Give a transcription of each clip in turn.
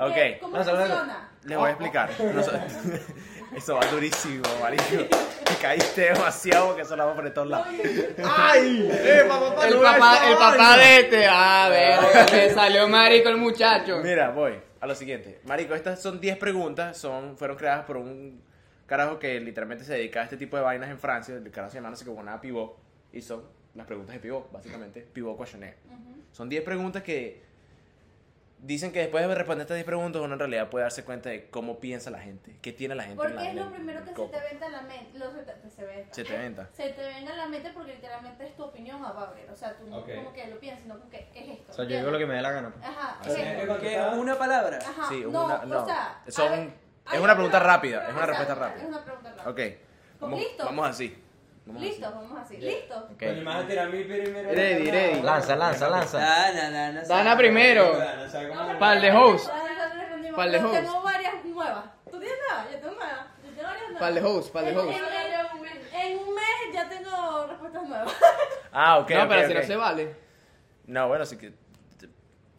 Ok, ¿Qué? ¿Cómo vamos a hablar- funciona? Oh, Les voy a explicar. Nos- Eso va durísimo, marico. Te caíste demasiado que eso la va por todos lados. ¡Ay! ¡Eh, papá! El papá, el papá de este. A Ah. ver, se salió marico el muchacho. Mira, voy a lo siguiente. Marico, estas son 10 preguntas. Son, fueron creadas por un carajo que literalmente se dedicaba a este tipo de vainas en Francia. El carajo se llama no sé cómo nada Pivot. Y son las preguntas de Pivot, básicamente. Pivot Questionnaire. Son 10 preguntas que dicen que después de responder estas 10 preguntas uno en realidad puede darse cuenta de cómo piensa la gente, qué tiene la gente. en la Porque es lo mente, primero que se cómo- te venta a la mente. Lo se te, se venta. Se te venta. Se te venga a la mente porque literalmente es tu opinión a Babel. O sea, tú no Ok. como que lo piensas, no como que, ¿qué es esto? O sea, yo digo lo que me dé la gana. Ajá, O sea, ¿qué? Creo que es Eh, una palabra. Ajá, Sí, no, una- no. o sea, Son- a ver, es hay una pregunta rápida, es una respuesta Exacto, rápida. Es una pregunta rápida. Ok. Vamos, ¿Listo? vamos así. Vamos así. Listo, vamos así. Listo. Ok. Coño, me vas a tirar a mí primero. Ready, No. ready. Lanza, lanza, lanza. Dana, Dana. Dana primero. Dana, ¿sabes cómo? No, Pal de pero- host. Pal Pal de de host. Tengo varias nuevas. ¿Tú tienes nuevas? Yo tengo nuevas. Yo tengo varias nuevas. Pal de host, pal de En- host. en- En un mes ya tengo respuestas nuevas. Ah, ok. no, ok, pero si ok. no se vale. No, bueno, sí que.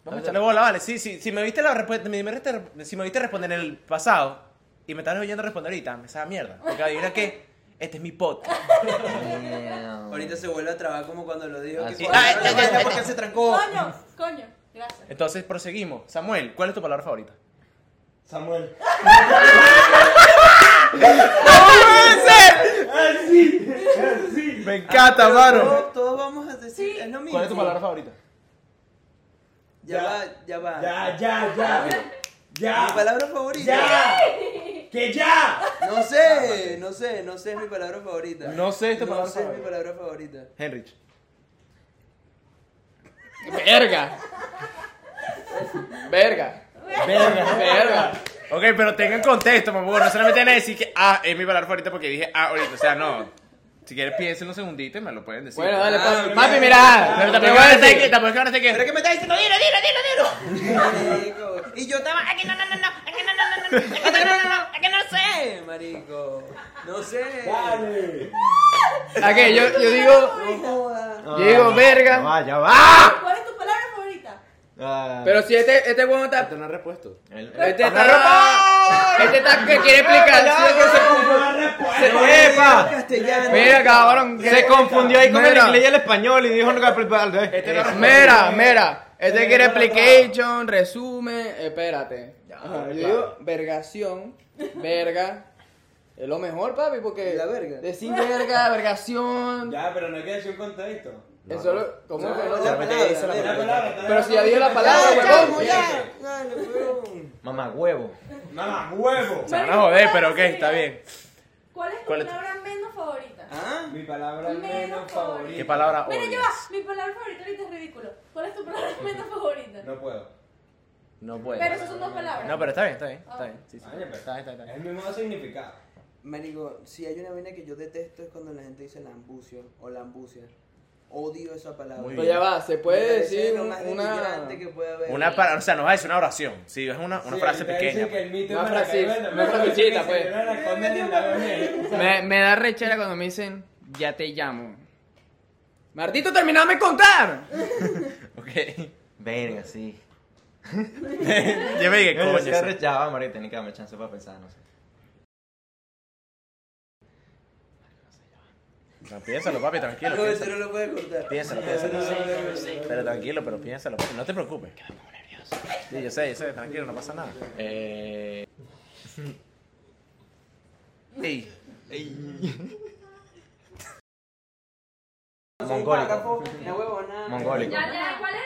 Vamos a echarle bola, vale. Sí, sí, si me viste la respuesta, me- me reste- si me viste responder en el pasado y me estás oyendo responder ahorita, me sabe mierda. Porque adivina qué, este es mi podcast. Ahorita se vuelve a trabar como cuando lo dijo. Así. Que Ah, por- eh, eh, eh, ¿Por qué se trancó? Coño, coño. Gracias. Entonces proseguimos. Samuel, ¿cuál es tu palabra favorita? Samuel. Ah, Me encanta, Todos, todos vamos a decir, Sí. es lo mismo. ¿Cuál es tu palabra favorita? Ya va, ya va. Ya, ya, ya. Mi palabra favorita. ¡Que ya! No sé, no sé, no sé es mi palabra favorita. No sé, es tu palabra No sé es mi favorita. palabra favorita. Henrich. Verga. Verga. Verga. Verga. Ok, pero tengan contexto, mamá. No solamente van a decir que ah, es mi palabra favorita porque dije ah ahorita. O sea, no. Si quieres, piénsenlo un segundito y me lo pueden decir. Bueno, dale, Ah, Pero papi. Papi, mira. mira. Te tampoco voy van a a estar aquí, decir- tampoco van a estar aquí. Pero es que me está diciendo, dilo, dilo, dilo, dilo. Marico. Y yo estaba, "Ah, que no, no, no, no, ah, que no, no, no, no, ah, que no, no, no, no, ah, que no sé, marico. No sé. ¡Dale! ¿A qué? Yo, yo digo, "Ah". No joda. yo digo ¡Ya verga. va, ya va! "Ah". ¿Cuál es tu palabra favorita? Ah, Pero si este, este huevón está. Esto no ha repuesto. el- Este está. Este está que quiere explicar. este ¡Epa! Castellano. Mira, cabrón. Se confundió ahí con el Mira. inglés y el español y dijo no Este que no- Mira, mira. Este quiere explication, resumen. Espérate. Ajá, yo digo vergación, verga. Es lo mejor, papi, porque. La verga. Decir verga, vergación. Ya, pero no hay que decir un contexto. Eso lo. ¿Cómo que no? La palabra, dice la la palabra. palabra. Pero si ya dio la palabra, Ya, chamo, huevón. ya. Dale, huevón. Mamá huevo. Mamá huevo. Se van a joder, pero ok, está bien. ¿Cuál es tu ¿Cuál es tu- palabra menos favorita? ¿Ah? Mi palabra Menos ¿Qué favorita. palabra Mira, yo, odias? mi palabra favorita ahorita es ridículo. ¿Cuál es tu palabra menos favorita? No puedo. No Pero puede. esas son dos palabras. No, pero está bien, está bien, Ah. está bien. Sí, sí. Ay, pero Está bien, está bien, está Es bien. el mismo significado. Marico, si hay una vaina que yo detesto es cuando la gente dice lambucio o lambucia. Odio esa palabra. Muy Pero ya va, se Me puede parece decir lo un- más una. denigrante que puede haber. Una para- o sea, nos va a decir una oración. Sí, es una, una frase pequeña. Una frase- una frasecita, pues. Me, me da rechera cuando me dicen, ya te llamo. Martito, terminame de contar. Ok. Verga, sí. Yo me dije, Coño, coño. se sí. rechazaba, María, tenía que darme chance para pensar, no sé. No, piénsalo, papi, tranquilo. No, eso Piénsalo, no lo puede cortar. piénsalo. piénsalo. Pero tranquilo, pero piénsalo. papi, No te preocupes. Sí, yo sé, yo sé, tranquilo, no pasa nada. Eh, Ey, mongólico. Una huevonada. Mongólico. ya, ¿cuál era? ¿Cuál era?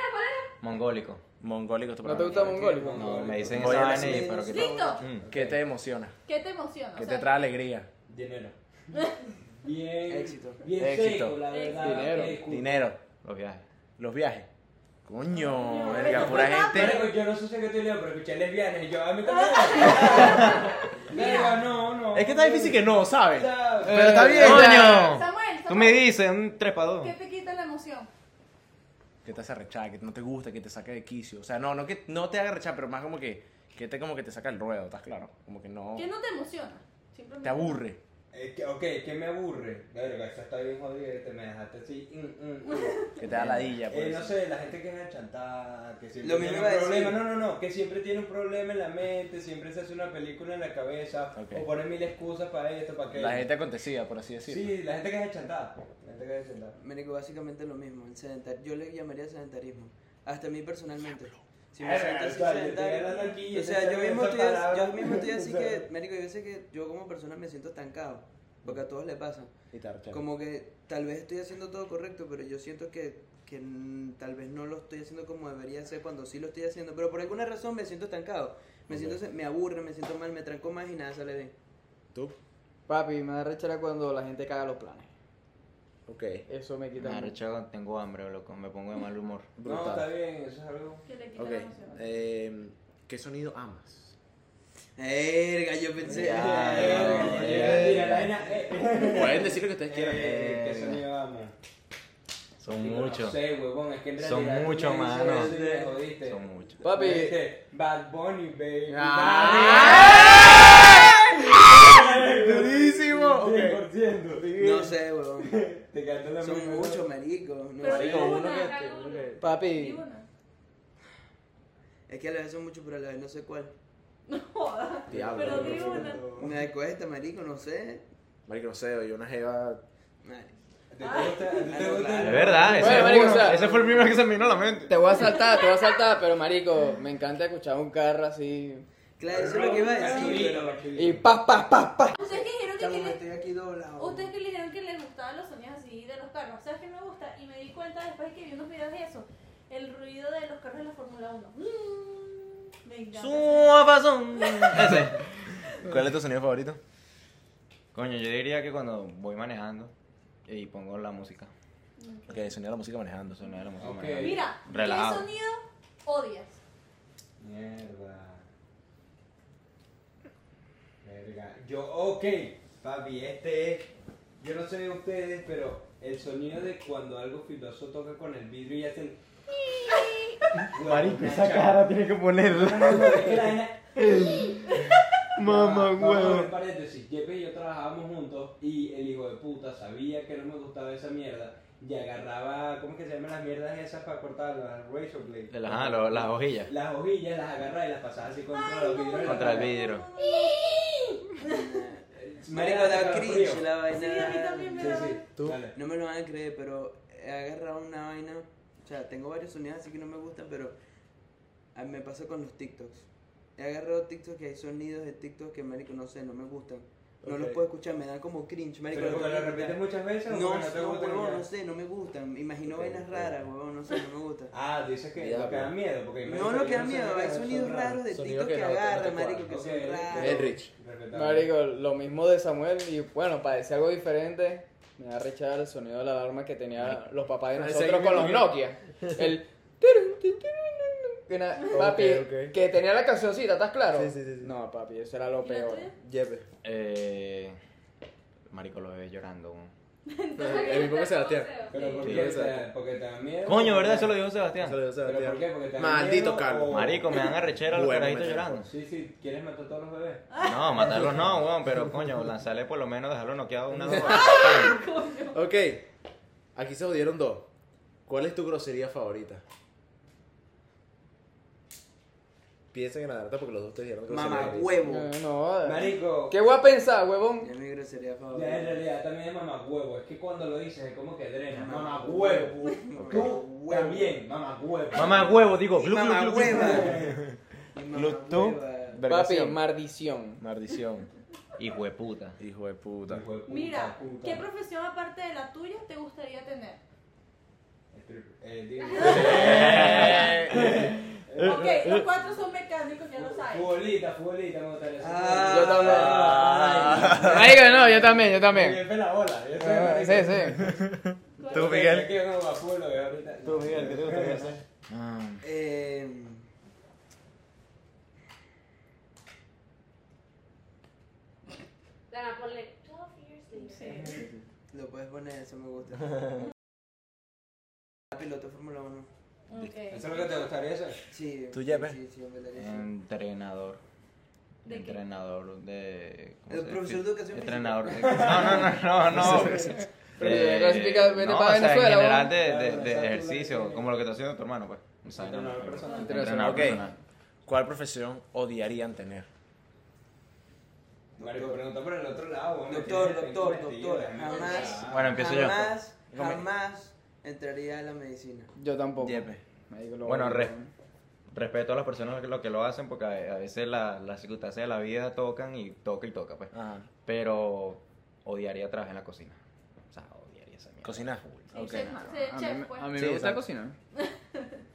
Mongólico. mongólico, tu ¿No te palabra. gusta mongólico? No, me dicen Voy a esa la vaina y siguiente. pero que Listo. Mm. ¿Qué te emociona? ¿Qué te emociona? ¿Qué O te sea, trae alegría? Dinero. Bien. Éxito. Bien Éxito. seco, la verdad. Dinero. Qué cool. Dinero, Los viajes. los viajes. Coño, Coño, verga, verga, pura pues, gente. Marico, yo no sé si que estoy leyendo, pero escuché lesbianas y yo, "Ah, a mí también. Verga, no, no. Es que está difícil que no, ¿sabes? Está- Pero está Eh, bien. coño. Samuel, Tú me Samuel, dices, un trepador. ¿qué te quita la emoción? que te hace arrechar, que no te gusta, que te saque de quicio. O sea, no, no que no te haga arrechar, pero más como que, que te como que te saca el ruedo, ¿estás claro? Como que no ¿Qué no te emociona? Simplemente. Oh. te aburre. Eh, que- ok, ¿qué me aburre? Verga, eso está bien jodido, te me dejaste así. mm, mm, mm. Que te da ladilla, Eh, pues. no sé, la gente que es achantada, que siempre Lo tiene un mismo iba a problema. decir. No, no, no, que siempre tiene un problema en la mente, siempre se hace una película en la cabeza, Ok. o pone mil excusas para esto, para aquello. La gente acontecía, por así decirlo. Sí, la gente que es achantada. La gente que es achantada. Marico, básicamente lo mismo. El sedentar, yo le llamaría sedentarismo. Hasta a mí personalmente. Si Verga, me siento así o sea, yo estoy sedentario- hablando aquí y O sea, estoy yo mismo, hablando estoy, esa palabra. yo mismo estoy así O sea. que, Marico, yo sé que yo como persona me siento estancado. Porque a todos le pasa. Y te arrecharon. Como que tal vez estoy haciendo todo correcto, pero yo siento que, que mm, tal vez no lo estoy haciendo como debería ser cuando sí lo estoy haciendo. Pero por alguna razón me siento estancado. Me, siento, se- me aburre, me siento mal, me tranco más y nada sale bien. ¿Tú? Papi, me da rechera cuando la gente caga los planes. Ok. Eso me quita. Me mucho. arrecho cuando tengo hambre, loco. Me pongo de mal humor. No, está Brutal. bien, eso es algo. Que le quita Ok. la emoción. eh, ¿Qué sonido amas? Verga, yo pensé. "Ah, Ya, verga. no, Mira, la vaina, eh, eh, Pueden decir lo que ustedes quieran. eh, ¿Qué Eh, sonido vamos? Son Digo, No muchos. sé, huevón, es que en realidad. Son tú me muchos, dices mano. eso y me jodiste. Son muchos. Papi. Me dijiste, Bad Bunny, baby. ¡Durísimo! Ok. 100%. No sé, weón. Te canto la Son misma. muchos maricos. No Pero sé. di uno una, que- haga que- uno. Di Papi, una. Es que a la vez son muchos, pero a la vez no sé cuál. No jodas. Diablo. Pero di bro. una. Me cuesta, marico, no sé. Marico, no sé, oye, una jeva. Marico. ¿Te gusta? ¿A ti te Claro, gusta? claro. Es verdad, ese, Bueno, es marico, uno. o sea- ese fue el primero que se me vino a la mente. te voy a saltar, te voy a saltar, pero marico, me encanta escuchar un carro así. Claro, eso es lo que iba a decir, Cachurita, pero. cachurita. Y pa, pa, pa, pa. Ustedes que dijeron que Chamo, tienen- estoy aquí doblado. Ustedes que le dijeron que les gustaban los sonidos así de los carros. ¿Sabes qué me gusta? Y me di cuenta después que vi unos videos de eso. El ruido de los carros de la Fórmula 1. Mm, Me encanta. Ese. ¿Cuál es tu sonido favorito? Coño, yo diría que cuando voy manejando eh, y pongo la música. Ok, el sonido de la música manejando. Sonido de la música Ok. manejando. Mira, Relajado. ¿qué sonido odias? Mierda. Verga. Yo, ok, papi, este es. Yo no sé ustedes, pero el sonido de cuando algo filoso toca con el vidrio y hacen. Marico, esa cara tiene que ponerla. es que la vaina- Mamá, Vamos a huevo. abrir paréntesis. Jepe y yo trabajábamos juntos y el hijo de puta sabía que no me gustaba esa mierda y agarraba, ¿cómo es que se llaman las mierdas esas para cortar las razor blade? El- ajá, lo- las hojillas. ah, Las hojillas las agarraba y las pasaba así contra los vidrios de la Contra el cara. vidrio. Marico, da Saca cringe frío. la Sí, a mí vaina. también me Sí, da. sí, Tú. dale. No me lo van a creer, pero he agarrado una vaina. O sea, tengo varios sonidos así que no me gustan, pero a- me pasa con los TikToks. He agarrado TikToks que hay sonidos de TikTok que, marico, no sé, no me gustan. No los Ok. puedo escuchar, me dan como cringe, marico. Pero los porque voy a lo repites escuchar. muchas veces o No, porque te no, gusta ni huevón, nada? no sé, no me gustan. Me Imagino Ok, vainas ok. raras, huevón, no sé, no me gustan. Ah, dices que Diablo. lo que da miedo. Porque hay No personas lo que que da no se miedo, hay agarran, son sonidos raros de Sonidos TikTok que que no te- no te agarra, cuadran. Eh, marico, que son Ok, raros. Enrich. Respetable. Marico, lo mismo de Samuel y bueno, para decir algo diferente, me da rechazar el sonido de la alarma que tenían los papás de Ese nosotros que con me los imagino. Nokia. El tirun, tin, tirun, tin, tin. Una- papi, ok. que tenía la cancioncita, ¿estás claro? Sí, sí, sí, sí. No, papi, eso era lo ¿Y la peor. tuya? Jepe. Eh, marico, lo veo llorando. weón. El mismo que Sebastián. Pero ¿por Sí, qué? exacto. Te- Porque te da miedo. Coño, ¿verdad? Eso lo digo. dijo Sebastián. Saludos, ¿Pero por qué? Sebastián. Porque te da Maldito miedo Carlos. o- Marico, me dan arrechera los Bueno, carajitos me- llorando. Sí, sí, ¿quieres matar a todos los bebés? Ah. No, matarlos no, weón, pero coño, lanzarle por lo menos, dejarlo noqueado una vez. Ok. Aquí se jodieron dos. ¿Cuál es tu grosería favorita? Piensen en la data porque los dos te dijeron grosería. Mamá favorita. huevo. No, no, Marico, ¿Qué voy a pensar, huevón? Ya es mi grosería ya en favorita. realidad también es mamá huevo. Es que cuando lo dices es como que drena. Mamá Mamahuevo. huevo. Tú también, mamá huevo. Mamá huevo, digo, Y glu, glu, mamá glu, glu. hueva. Y Gluto. mamá hueva. Papi, Vergación. maldición. Maldición. Hijo de puta. Hijo de puta. Hijo de puta, Mira, puta. ¿qué profesión aparte de la tuya te gustaría tener? Stripper. Eh, digo, Eh. Ok, los cuatro son mecánicos, ya lo sabes. Futbolita, futbolita, me gustaría ser Ah, Yo también. ay. Marico, no, yo también, yo futbolista. también. Bien, ve la bola. yo sé, Ah, marico. Sí, sí. ¿Cuál- Tú, Miguel. Aquí yo no juego a fútbol, veo ahorita. Tú, Miguel, ¿qué te gustaría hacer? Ah. Eh, Dana, ponle 12 years later. Sí. Lo puedes poner, eso me gusta. Piloto de Fórmula 1. Ok. ¿Eso es lo que te gustaría hacer? Sí. ¿Tú, sí, Jepe? Mm, Sí, sí, en verdad que sí. Entrenador. ¿De qué? entrenador de. ¿cómo El se profesor dice? de educación física. Entrenador. de- No, no, no, no. no. Pero no explica, vete no, pa' o sea, Venezuela, En general vos. de, de- Claro, de exacto, lo ejercicio, que como lo que está haciendo tu hermano, pues. O sea, Entrenador no, personal. Entrenador Entrenador personal. ¿Cuál profesión odiarían tener? Marico, pregunta por el otro lado. vos me Doctor, tienes doctor, bien metido, doctor, déjame jamás. hablar. Bueno, empiezo yo. Jamás, jamás entraría a la medicina. Yo tampoco. Diepe. Marico, lo Bueno, odio, re- weón. Respeto a las personas que lo, que lo hacen porque a, a veces la- las circunstancias de la vida tocan y toca y toca, pues. Ajá. Pero odiaría trabajar en la cocina. O sea, odiaría esa mierda. Cocinar. Sí, Ok. chef, A sí, mí, chef, me- pues. a mí Sí, me gusta exacto. cocinar.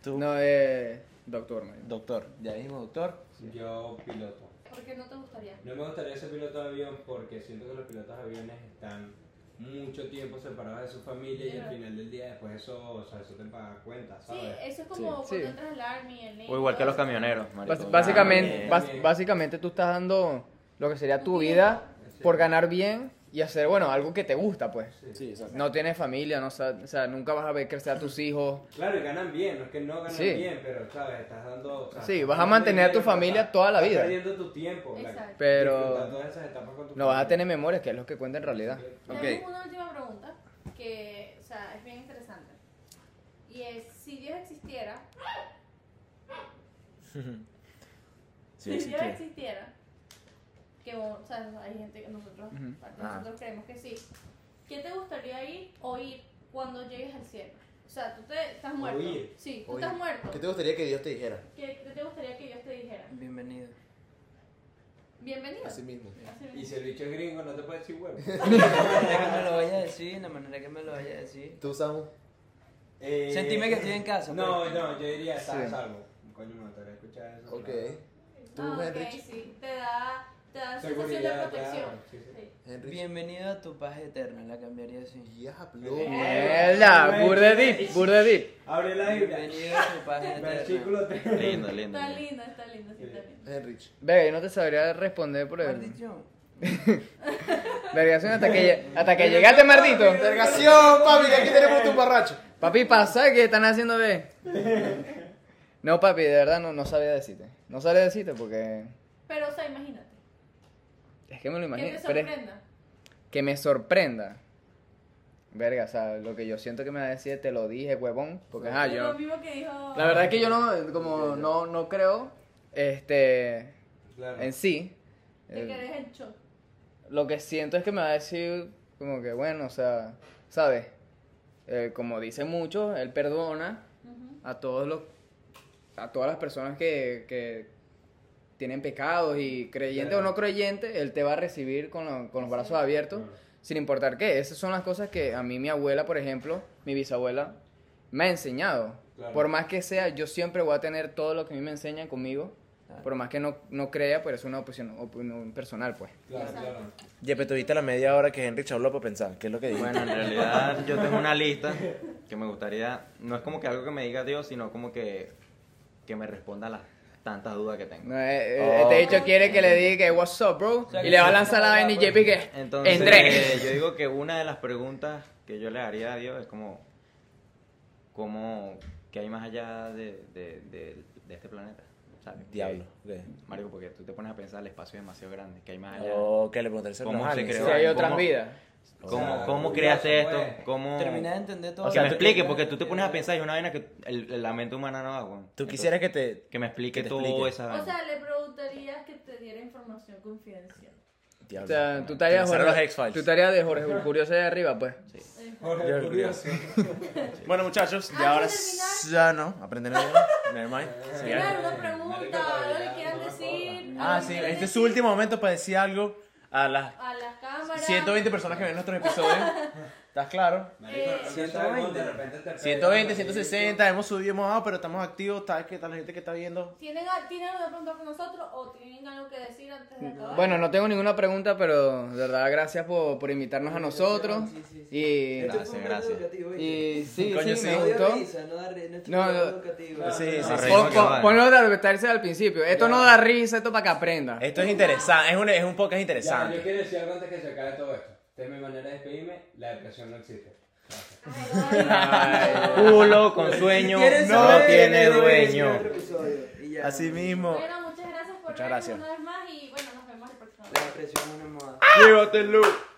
Tú, No, eh, doctor, marico. doctor. Ya dijimos doctor. Yo, piloto. ¿Por qué no te gustaría? No me gustaría ser piloto de avión porque siento que los pilotos de aviones están mucho tiempo separados de su familia y al Claro. final del día después eso, o sea, eso te paga cuenta, Sí, eh, ¿sabes? eso es como Sí. cuando Sí. entras al army, el Navy, O igual que todo los eso. camioneros, marico. Bas- básicamente, Bien, bas- bien. básicamente tú estás dando lo que sería tu Tu vida tiempo. por ganar bien y hacer, bueno, algo que te gusta, pues. Sí, exacto. No tienes familia, no sa- o sea, nunca vas a ver crecer a tus hijos. Claro, y ganan bien, no es que no ganan Sí. bien, pero, ¿sabes? Estás dando... o sea, Sí, estás vas a dando mantener a tu dinero, familia estás- toda la estás vida. perdiendo tu tiempo. la- Exacto. Pero- disfrutar todas esas etapas con tu No vas a familia. tener memoria, que es lo que cuenta en realidad. Ok. Tenemos una última pregunta que, o sea, es bien interesante. Y es, si Dios existiera, Sí, si Dios existía. existiera, que o sea, hay gente que nosotros, Ujú. parte de Ah. nosotros creemos que sí, ¿qué te gustaría ir oír cuando llegues al cielo? O sea, tú te, estás muerto. Oír. Sí, tú Oír. estás muerto. ¿Qué te gustaría que Dios te dijera? ¿Qué, qué te gustaría que Dios te dijera? Bienvenido. Bienvenido. Así mismo. Así mismo. Y si el bicho es gringo, no te puedes decir huevo. La manera que me lo vaya a decir, la manera que me lo vaya a decir. ¿Tú, Samu? Eh, Sentime que estoy en casa, No, pues. no, yo diría estás Sí. a salvo. Coño, me gustaría escuchar eso. Ok. claro. ¿Tú, ah, ok, Henrich? sí. Te da, te da sensación de Seguridad, protección. claro, sí, sí. Sí. Henry. Bienvenido a tu paz eterna, la cambiaría así. Diablo. Mierda, burdedip, burdedip. Abre la Biblia. Bienvenido a tu paz eterna. Versículo 3. Lindo, lindo. Está lindo. lindo, está lindo, sí, está lindo. Henrich. Verga, yo no te sabría responder por el... Maldición. Vergación hasta que, lle- hasta que llegaste, maldito. Vergación, papi, que aquí tenemos tu barracho. Papi, pasa que están haciendo B. No, papi, de verdad no, no sabía decirte. No sabía decirte porque Pero, o sea, imagínate. es que me lo Que imagino. te pero es- sorprenda. que me sorprenda. Verga, o sea, lo que yo siento que me va a decir, te lo dije, huevón. Porque, ajá, Es Ah, yo. Lo mismo que dijo. La verdad es que yo no, como, no, no creo, este, Claro. en sí. Te Eh, quedes en shock. lo que siento es que me va a decir como que bueno, o sea, ¿sabes? Eh, como dicen muchos, él perdona Ujú. a todos los a todas las personas que, que tienen pecados y creyente o no creyente, él te va a recibir con, lo- con los brazos abiertos, sin importar qué. Esas son las cosas que a mí mi abuela, por ejemplo, mi bisabuela, me ha enseñado. Claro. Por más que sea, yo siempre voy a tener todo lo que a mí me enseñan conmigo, Claro. por más que no, no crea, pero es una opinión, opinión personal, pues. Claro, claro. Yepe, tuviste la media hora que Henrich habló para pensar. ¿Qué es lo que dijo? Bueno, en realidad yo tengo una lista que me gustaría, no es como que algo que me diga Dios, sino como que, que me responda a las tantas dudas que tengo. No, eh, eh, Oh. este bicho quiere que le diga que what's up, bro. sea, y le va a que- lanzar la vaina y JP que Entonces, en tres. eh, yo digo que una de las preguntas que yo le haría a Dios es como, como ¿qué hay más allá de, de- de- de este planeta? ¿Sabes? Diablo. Marico, porque tú te pones a pensar, el espacio es demasiado grande, ¿qué hay más allá? Ok, le preguntaré sobre ¿Cómo los se aliens. creó? si hay ¿cómo- otras vidas. ¿Cómo, O sea, cómo curioso, creaste esto? pues. ¿Cómo... Terminé de entender todo. O sea, me lo explique, porque tú te pones a pensar y es una vaina que el, el- la mente humana no da, weón. Tú Entonces, quisieras que te... que me explique que te todo explique. esa vaina. O sea, le preguntarías que te diera información confidencial. Diablo. O sea, tu tarea, Lanzaron los Jorge, X-Files. tu tarea de Jorge Curioso de arriba, pues. Eh, Jorge, Yo- curioso. Bueno, muchachos, Ah, ya ahora... ¿sí s- Ya no, aprenden algo. Nevermind. Sí, ya. Claro, una Marico, pregunta, todavía algo le quieras no me decir. algo Ah, que sí, quieras este es su decir último momento para decir algo a las A las cámaras. 120 personas que ven nuestros episodios. ¿Estás claro? Marico, Eh, no sabes cómo de repente te pega. 120, 160, hemos subido, hemos bajado, pero estamos activos. ¿Sabes qué tal la gente que está viendo? ¿Tienen, a- ¿Tienen alguna pregunta con nosotros o tienen algo que decir antes de acabar? Bueno, no tengo ninguna pregunta, pero de verdad, gracias por, por invitarnos a nosotros. Sí, sí, sí. Y, Esto fue un Gracias, reto gracias. educativo, ¿viste? y sí, Coño, sí, sí. me No gustó. dio risa, no da risa, No, no, no. es educativo. Sí, sí, no, sí. reímos Pon- que pon- vale. Ponlo de advertirse al principio. Esto no da risa, esto para que aprenda. Esto es interesante, es un, es un podcast Ya, yo interesante. quiero decir algo antes que se acabe todo esto. Esta es mi manera de despedirme. La depresión no existe. Ay, Culo con sueño Si quieren no saber, tiene deben ver dueño. otro episodio. Y ya. Así mismo. Bueno, muchas gracias por gracias. Una vez más y bueno, nos vemos el próximo. La depresión es una moda. Llévatelo.